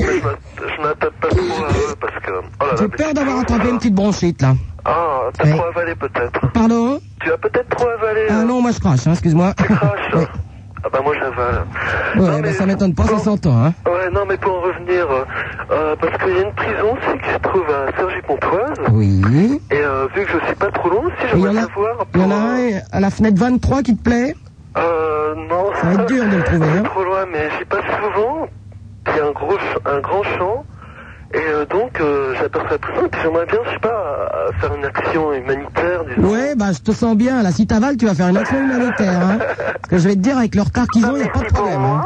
E: mais je m'a- je m'attaque pas trop à eux parce que. Oh là là,
B: J'ai
E: mais-
B: peur d'avoir attrapé une petite bronchite, là.
E: Ah, t'as
B: Oui.
E: trop avalé peut-être.
B: Pardon
E: Tu as peut-être trop avalé. euh,
B: Ah non, moi je crache, hein, excuse-moi.
E: Ah bah moi j'avale.
B: Ouais, bah, ça m'étonne pas, ça s'entend. Hein.
E: Ouais, non, mais pour en revenir, euh, euh, parce qu'il y a une prison aussi qui se trouve à Sergi-Pontoise.
B: Oui. Et
E: Et euh, vu que je suis pas trop loin,
B: Il
E: si
B: y
E: j'aimerais
B: en a,
E: savoir.
B: il y en a un à la fenêtre 23 qui te plaît
E: Euh, non.
B: Ça va être dur de le trouver, hein.
E: trop loin, mais j'y passe souvent. Il y a un, gros ch- un grand champ. Et euh, donc, euh, j'aperçois la prison, puis j'aimerais bien, je sais pas, euh, faire une action humanitaire, disons.
B: Ouais, bah je te sens bien. Là, si t'avales, tu vas faire une action humanitaire. Hein. Parce que je vais te dire, avec le retard qu'ils ont, il n'y a pas de problème. hein.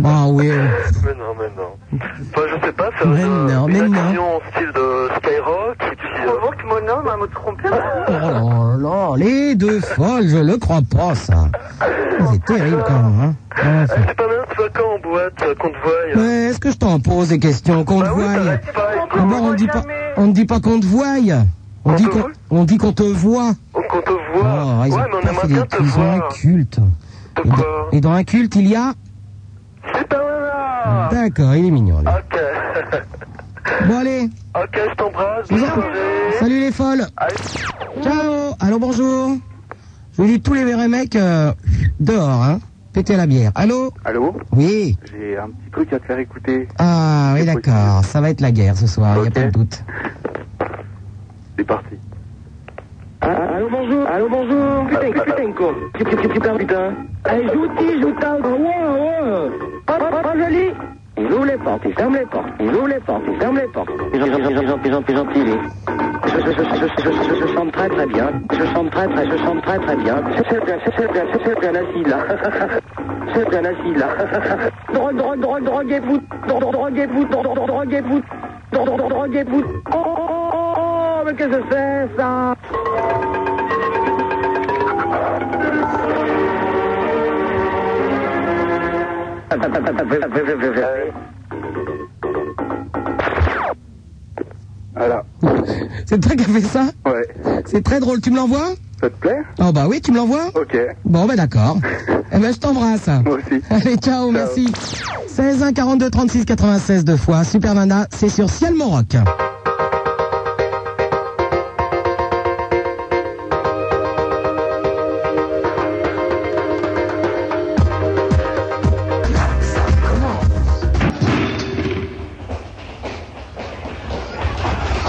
B: Bah oui.
E: Mais non, mais non. Enfin, je sais pas, faire
B: Mais
E: une,
B: non, mais
E: une
B: non.
E: action en style de Skyrock, et puis... Euh... que mon homme à me tromper
B: Oh là là, les deux folles, je le crois pas, ça. C'est terrible quand même. Hein. Ah, c'est-
E: C'est pas mal, tu vas quand en boîte, euh, qu'on te voie
B: Ouais, Ah Est-ce que je t'en pose des questions Qu'on te
E: Ah
B: voie D'abord, on dit pas, on ne dit pas qu'on te voie. On dit qu'on, on dit qu'on te voit.
E: Qu'on te
B: voit. Ah, Oh, ils ont pas fait des- ils ont un culte. Et dans- Et dans un culte, il y a.
E: Ah.
B: D'accord, il est mignon. lui. Bon allez.
E: Ok, je t'embrasse.
B: Vous en- Salut les folles. Ciao. Allô, bonjour. Je vous dis tous les vrais mecs euh, dehors, hein. Pétez la bière. Allô.
L: Allô
B: Oui.
L: J'ai un petit truc à te faire écouter.
B: Ah oui d'accord. Ça va être la guerre ce soir. Il n'y a pas de doute.
L: C'est parti.
M: Allô, bonjour, allô, bonjour. Putain, putain, con. Putain, putain, putain, putain. Allez, j'outille, j'outille. Ouais, ouais. Pas, pas, pas joli. Ils ouvrent les portes, ils ferment les portes. Ils ouvrent les portes, ils ferment les portes. Ils sont gentils, ils sont gentils, ils sont gentils, les. Je, je, je, je, je, je, je, je chante très très bien. Je chante très très, je chante très très bien. C'est c'est bien, c'est c'est bien, c'est c'est bien assis là. C'est bien assis là. Drogue, drogue, drogue, droguez-vous. Drogue, Droguez-vous, drogue, drogue, droguez-vous. Drogue, drogue, Droguez-vous. Oh, oh, oh, oh, oh, mais qu'est-ce que c'est ça
L: Voilà.
B: C'est toi qui as fait ça
L: Ouais.
B: C'est très drôle. Tu me l'envoies
L: Ça te plaît
B: Oh bah oui, tu me l'envoies
L: Ok.
B: Bon, ben d'accord. eh ben, je t'embrasse.
L: Moi aussi.
B: Allez, ciao, merci. 16 1 42 36 96 deux fois. Super Nana, c'est sur Ciel Moroc.
N: Thank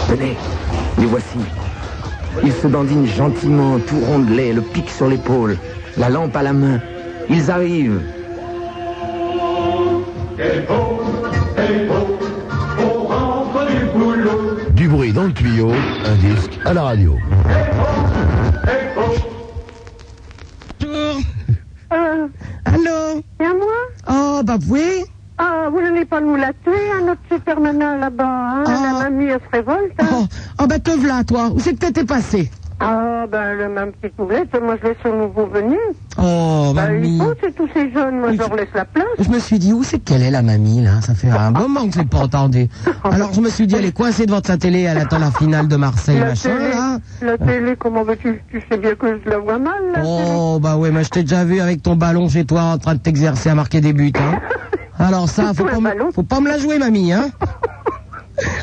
E: Tenez, les voici. Ils se dandinent gentiment, tout rondelés, le pic sur l'épaule, la lampe à la main. Ils arrivent.
O: Du bruit dans le tuyau, un disque à la radio.
B: Euh, Allô
K: C'est à moi
B: Oh, bah oui
K: Ah, vous n'allez pas nous la tuer, hein, notre super nana là-bas. Hein La mamie, elle se révolte. hein.
B: Ah. Oh, oh bah te v'là, toi. Où c'est que t'étais passé
K: Ah, ben, le même petit poulette, moi, je laisse au nouveau venu.
B: Oh,
K: Ben, il
B: mamie.
K: faut, c'est tous ces jeunes, moi, je leur laisse la place.
B: Je me suis dit, où c'est qu'elle est, la mamie, là Ça fait un moment que je l'ai pas entendue. Alors, je me suis dit, elle est coincée devant sa télé, elle attend la finale de Marseille,
K: La
B: machin,
K: télé,
B: là.
K: la télé, comment veux-tu Tu sais bien que je la vois mal, la
B: Oh, bah ouais, mais je t'ai déjà vu avec ton ballon chez toi en train de t'exercer à marquer des buts, hein. Alors ça, faut pas, me- faut pas me la jouer, mamie, hein.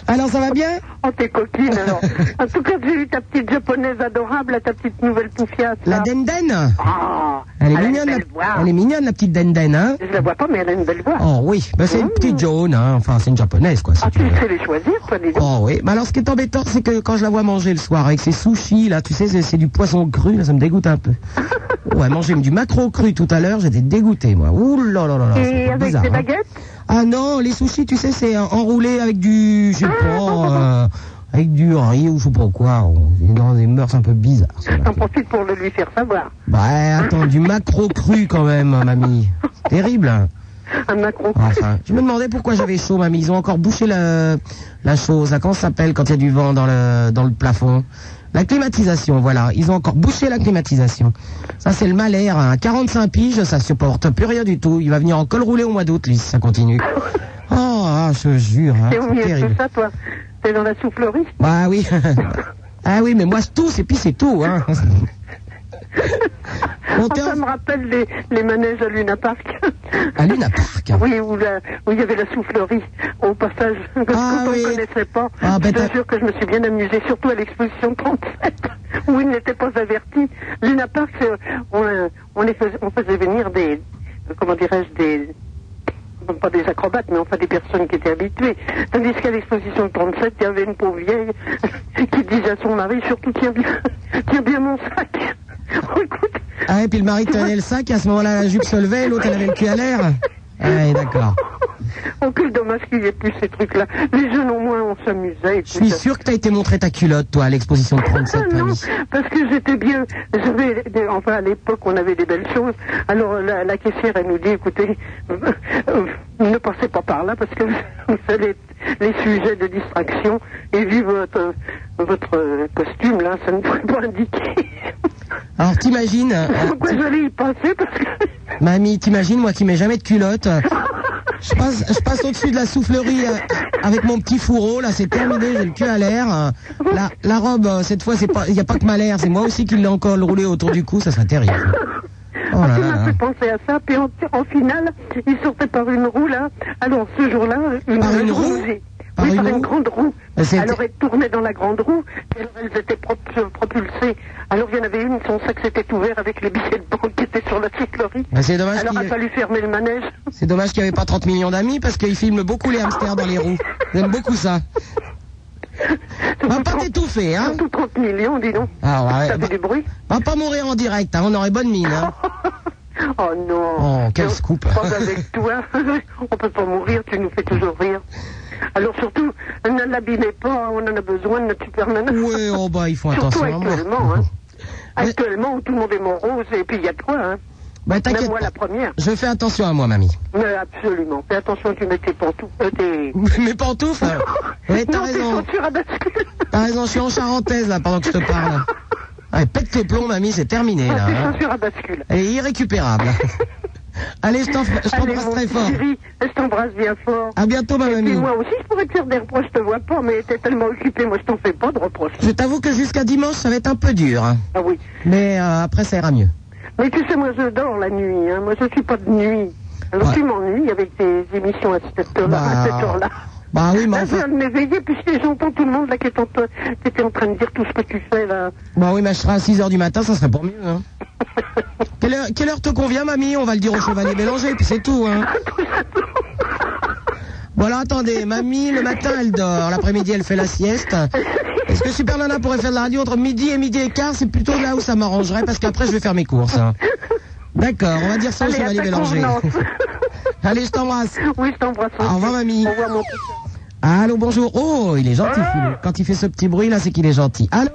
B: Alors, ça va bien
K: Oh, t'es coquine, alors. en tout cas, j'ai eu ta petite japonaise adorable, là, ta petite nouvelle poufiasse.
B: La
K: là.
B: denden
K: Ah,
B: elle est,
K: a une
B: mignonne, la...
K: belle voix.
B: elle est mignonne, la petite denden, hein.
K: Je la vois pas, mais elle a une belle voix.
B: Oh oui, bah, c'est une petite jaune, hein. enfin c'est une japonaise quoi. si
K: Ah,
B: tu
K: tu sais les choisir, toi, dis donc.
B: Oh oui, mais alors ce qui est embêtant, c'est que quand je la vois manger le soir avec ses sushis, là, tu sais, c'est- c'est du poisson cru, là, ça me dégoûte un peu. Ouais, manger du macro cru tout à l'heure, j'étais dégoûté, moi. Ouh là là là là.
K: Et
B: c'est
K: avec
B: bizarre,
K: des
B: hein.
K: baguettes
B: Ah non, les sushis, tu sais, c'est euh, enroulé avec du, je sais pas, euh, avec du riz ou je sais pas quoi. On est dans des mœurs un peu bizarres. ça.
K: J'en profite pour le lui faire savoir.
B: Bah attends, du macro cru quand même, hein, mamie. C'est Terrible. hein.
K: Un macron.
B: Enfin, je me demandais pourquoi j'avais chaud, mamie. Ils ont encore bouché la, la chose. Là, comment ça s'appelle quand il y a du vent dans le, dans le plafond La climatisation, voilà. Ils ont encore bouché la climatisation. Ça, c'est le malaire. hein. 45 piges, ça supporte plus rien du tout. Il va venir en col roulé au mois d'août, lui, si ça continue. Oh, ah, je jure. hein,
K: T'es au
B: c'est
K: milieu de
B: terrible.
K: tout ça, toi. T'es dans la soufflerie.
B: Ah oui. ah oui, mais moi, je tousse et puis c'est tout. Hein.
K: Oh, ça me rappelle les, les manèges à Luna Park.
B: À Luna Park
K: Oui, où la- où il y avait la soufflerie, au passage. Quand on ne connaissait pas, je te jure que je me suis bien amusée, surtout à l'exposition 37, où ils n'étaient pas avertis. Luna Park, c'est- on, euh, on, les faisait, on faisait venir des... euh, Comment dirais-je des... non Pas des acrobates, mais enfin des personnes qui étaient habituées. Tandis qu'à l'exposition 37, il y avait une pauvre vieille qui disait à son mari, surtout tiens bien, tiens bien mon sac.
B: Ah, et puis le mari tenait le sac, et à ce moment-là, la jupe se levait, l'autre, elle avait le cul à l'air. Ah, oui, d'accord.
K: Oh, quel dommage qu'il n'y ait plus ces trucs-là. Les jeunes, au moins, on s'amusait.
B: Je suis sûr que t'as été montré ta culotte, toi, à l'exposition de 37,
K: Oh, Non,
B: mamie.
K: parce que j'étais bien. J'avais, des- enfin, à l'époque, on avait des belles choses. Alors, la, la caissière, elle nous dit écoutez, euh, ne passez pas par là parce que vous allez être les sujets de distraction et vu votre, votre euh, costume, là, ça ne pourrait pas indiquer.
B: Alors, t'imagines, euh,
K: Pourquoi j'allais y passer parce que
B: mamie, t'imagines, moi qui mets jamais de culotte, euh, je passe, je passe au-dessus de la soufflerie euh, avec mon petit fourreau, là, c'est terminé, j'ai le cul à l'air. euh, La, la robe, euh, cette fois, c'est pas, il n'y a pas que ma l'air, c'est moi aussi qui l'ai encore roulé autour du cou, ça serait terrible. Oh là
K: tu
B: là
K: m'as
B: là.
K: fait penser à ça. Puis en, en finale, il sortait par une roue là. Alors ce jour-là, une,
B: Par une
K: une
B: roue
K: rosée.
B: Par
K: oui,
B: une
K: par une
B: roue
K: grande roue.
B: Euh, c'était-
K: Alors elle tournait dans la grande roue, et alors elles étaient prop- euh, propulsées. Alors il y en avait une, son sac s'était ouvert avec les billets de banque qui étaient sur la cyclerie.
B: Mais c'est dommage
K: Alors il
B: qu'il-
K: a fallu fermer le manège.
B: C'est dommage qu'il n'y avait pas 30 millions d'amis parce qu'ils filment beaucoup les hamsters dans les roues. J'aime beaucoup ça. Va Ah, pas t'étouffer, hein
K: Surtout 30 millions, dis donc.
B: Ah ouais.
K: Ça fait du bruit.
B: Va pas mourir en direct, hein, on aurait bonne mine. Hein.
K: Oh non.
B: Oh, quel
K: Non,
B: scoop.
K: Pas avec toi. on peut pas mourir, tu nous fais toujours rire. Alors surtout, ne l'abîmez pas, on en a besoin de notre super nana.
B: Oui, oh bah, ils font
K: Surtout
B: attention à moi.
K: actuellement, hein. Actuellement, où tout le monde est morose, et puis il y a toi, hein.
B: Bah, t'inquiète
K: Même moi,
B: pas.
K: la première.
B: Je fais attention à moi, mamie.
K: Mais absolument. Fais attention, tu mets tes pantoufles. Euh, tes...
B: Mes pantoufles Ouais, t'as
K: Non, tes
B: raison.
K: chaussures à bascule.
B: T'as raison, je suis en charentaise là pendant que je te parle. Allez, pète tes plombs, mamie, c'est terminé
K: Ah,
B: là.
K: tes
B: hein.
K: chaussures à bascule.
B: Elle est irrécupérable. Allez, je t'en- je
K: Allez,
B: t'embrasse
K: mon
B: très
K: petit
B: fort. Ah,
K: chéri, je t'embrasse bien fort.
B: À bientôt, ma
K: et
B: mamie.
K: Puis moi aussi, je pourrais te faire des reproches, je te vois pas, mais t'es tellement occupé, moi je t'en fais pas de reproches.
B: Je t'avoue que jusqu'à dimanche, ça va être un peu dur. hein.
K: Ah oui.
B: Mais euh, après, ça ira mieux.
K: Mais tu sais, moi je dors la nuit, hein. moi je suis pas de nuit. Alors
B: Ouais.
K: tu m'ennuies avec tes émissions à cette heure-là.
B: Bah,
K: à cette heure-là.
B: Bah oui, mais
K: Là, je
B: enfin.
K: viens de m'éveiller, puis j'entends tout le monde là qui est en train, qui était en train de dire tout ce que tu fais là.
B: Bah oui, mais je serai à 6h du matin, ça serait pour mieux. Hein. quelle, heure, quelle heure te convient, mamie On va le dire au chevalier Bélanger, puis c'est tout. Hein. Bon alors attendez, mamie, le matin elle dort, l'après-midi elle fait la sieste. Est-ce que Super Nana pourrait faire de la radio entre midi et midi et quart C'est plutôt là où ça m'arrangerait parce qu'après je vais faire mes courses. hein. D'accord, on va dire ça au
K: Allez, à
B: chevalier
K: ta
B: Bélanger.
K: convenance.
B: Allez, je t'embrasse.
K: Oui, je t'embrasse.
B: Au revoir, mamie.
K: Ah.
B: Allô, bonjour. Oh, il est gentil, Philo. Quand il fait ce petit bruit là, c'est qu'il est gentil. Allô